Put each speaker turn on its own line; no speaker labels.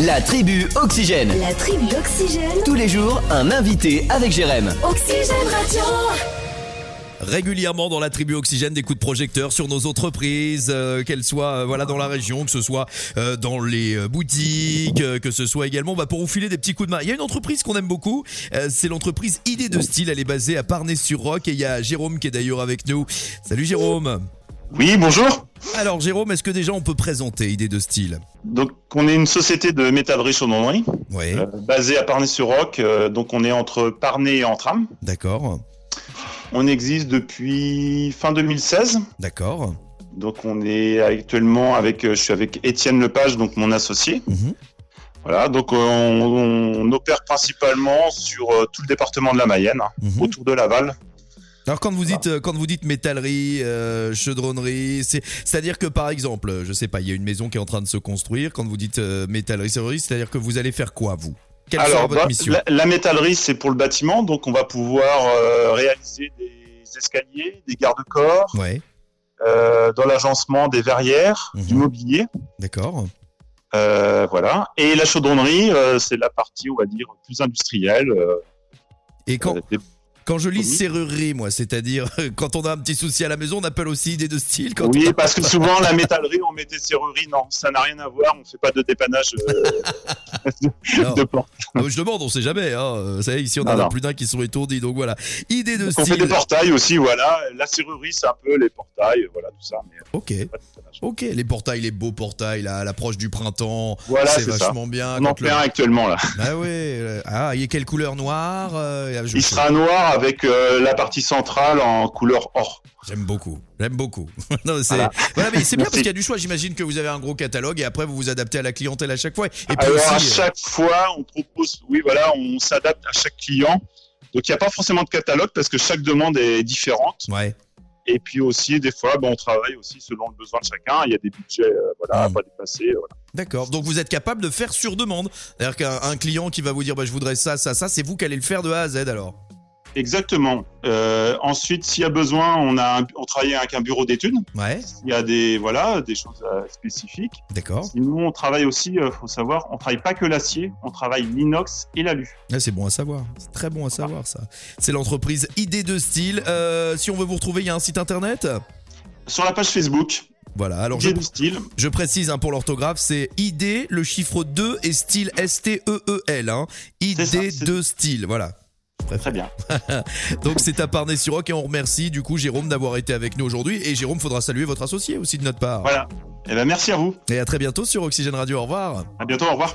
La tribu Oxygène.
La tribu Oxygène.
Tous les jours, un invité avec Jérém.
Oxygène Radio.
régulièrement dans la tribu Oxygène des coups de projecteur sur nos entreprises, euh, qu'elles soient euh, voilà dans la région, que ce soit euh, dans les euh, boutiques, euh, que ce soit également bah, pour vous filer des petits coups de main. Il y a une entreprise qu'on aime beaucoup, euh, c'est l'entreprise Idée de Style. Elle est basée à Parnay-sur-Roc et il y a Jérôme qui est d'ailleurs avec nous. Salut Jérôme.
Oui, bonjour.
Alors Jérôme, est-ce que déjà on peut présenter Idée de Style
Donc, on est une société de métallerie chaudronnerie
Oui,
euh, basée à Parnay-sur-Roc. euh, donc, on est entre Parnay et Antram.
d'accord,
On existe depuis fin 2016.
d'accord.
Donc, on est actuellement avec, euh, je suis avec Étienne Lepage, donc mon associé.
Mhm.
Voilà, donc euh, on, on opère principalement sur euh, tout le département de la Mayenne, hein,
Mhm.
autour de Laval.
Alors quand vous dites euh, quand vous dites métallerie, euh, chaudronnerie, c'est à dire que par exemple, euh, je sais pas, il y a une maison qui est en train de se construire. Quand vous dites euh, métallerie, chaudronnerie, c'est à dire que vous allez faire quoi vous Quelle sera votre
bah,
mission
la, la métallerie, c'est pour le bâtiment, donc on va pouvoir euh, réaliser des escaliers, des garde-corps,
Ouais,
euh, dans l'agencement des verrières, du
Mhm.
mobilier.
d'accord.
Euh, voilà. Et la chaudronnerie, euh, c'est la partie, on va dire, plus industrielle. euh,
Et quand
avec des-
quand je lis
Euh, oui.
serrurerie, moi, c'est à dire quand on a un petit souci à la maison, on appelle aussi idée de style. Quand
Oui,
on-
parce que souvent, la métallerie, on met des serrureries. Non, ça n'a rien à voir. On fait pas de dépannage euh,
Non.
de, de porte.
Ah, je demande, on sait jamais. Hein. Euh, Vous savez, ici on en
Non,
a
non.
plus d'un qui sont étourdis. Donc voilà, idée de
On fait des
style.
portails aussi, voilà. La serrurerie, c'est un peu les portails, voilà, tout ça. Mais euh,
Ok,
pas de dépannage.
ok. Les portails, les beaux portails, là, à l'approche du printemps,
Voilà,
c'est
c'est ça.
vachement bien.
On en
quand le-
fait un actuellement, là.
Ah ouais. euh, Ah, il est quelle couleur noire euh, je-
Il sera noir avec euh, la partie centrale en couleur or.
J'aime beaucoup. J'aime beaucoup. non, c'est... Voilà.
Voilà.
mais c'est bien parce
Merci.
qu'il y a du choix. J'imagine que vous avez un gros catalogue et après vous vous adaptez à la clientèle à chaque fois. Et puis
Alors, à
aussi, euh,
chaque fois, on propose, oui, voilà, on s'adapte à chaque client. Donc, il n'y a pas forcément de catalogue parce que chaque demande est différente.
euh, ouais.
Et puis aussi, des fois, ben, on travaille aussi selon le besoin de chacun. Il y a des budgets euh, voilà, à
Mm.
pas dépasser. euh, voilà.
D'accord. Donc vous êtes capable de faire sur demande. C'est-à-dire qu'un un client qui va vous dire bah, je voudrais ça, ça, ça, c'est vous qui allez le faire de A à Z alors.
Exactement. Euh, ensuite, s'il y a besoin, on, a un- on travaille avec un bureau d'études.
Ouais.
Il y a des, voilà, des choses euh, spécifiques.
D'accord.
Sinon, on travaille aussi, il faut savoir, on travaille pas que l'acier, on travaille l'inox et l'alu.
Ah, c'est bon à savoir. C'est très bon à savoir ça. C'est l'entreprise Idée de Style. Euh, si on veut vous retrouver, il y a un site internet.
Sur la page Facebook,
Voilà. Alors je
j'ai du style.
Je précise hein, pour l'orthographe, c'est ID, le chiffre 2 et style S-T-E-E-L. Hein.
C'est ça,
ID
c'est-
de style, voilà.
Très bien.
Ah. Donc c'est à Parnay-sur-Roc et on remercie du coup Jérôme d'avoir été avec nous aujourd'hui. Et Jérôme, faudra saluer votre associé aussi de notre part.
Voilà. Eh ben, merci à vous.
Et à très bientôt sur Oxygène Radio, au revoir.
À bientôt. Au revoir.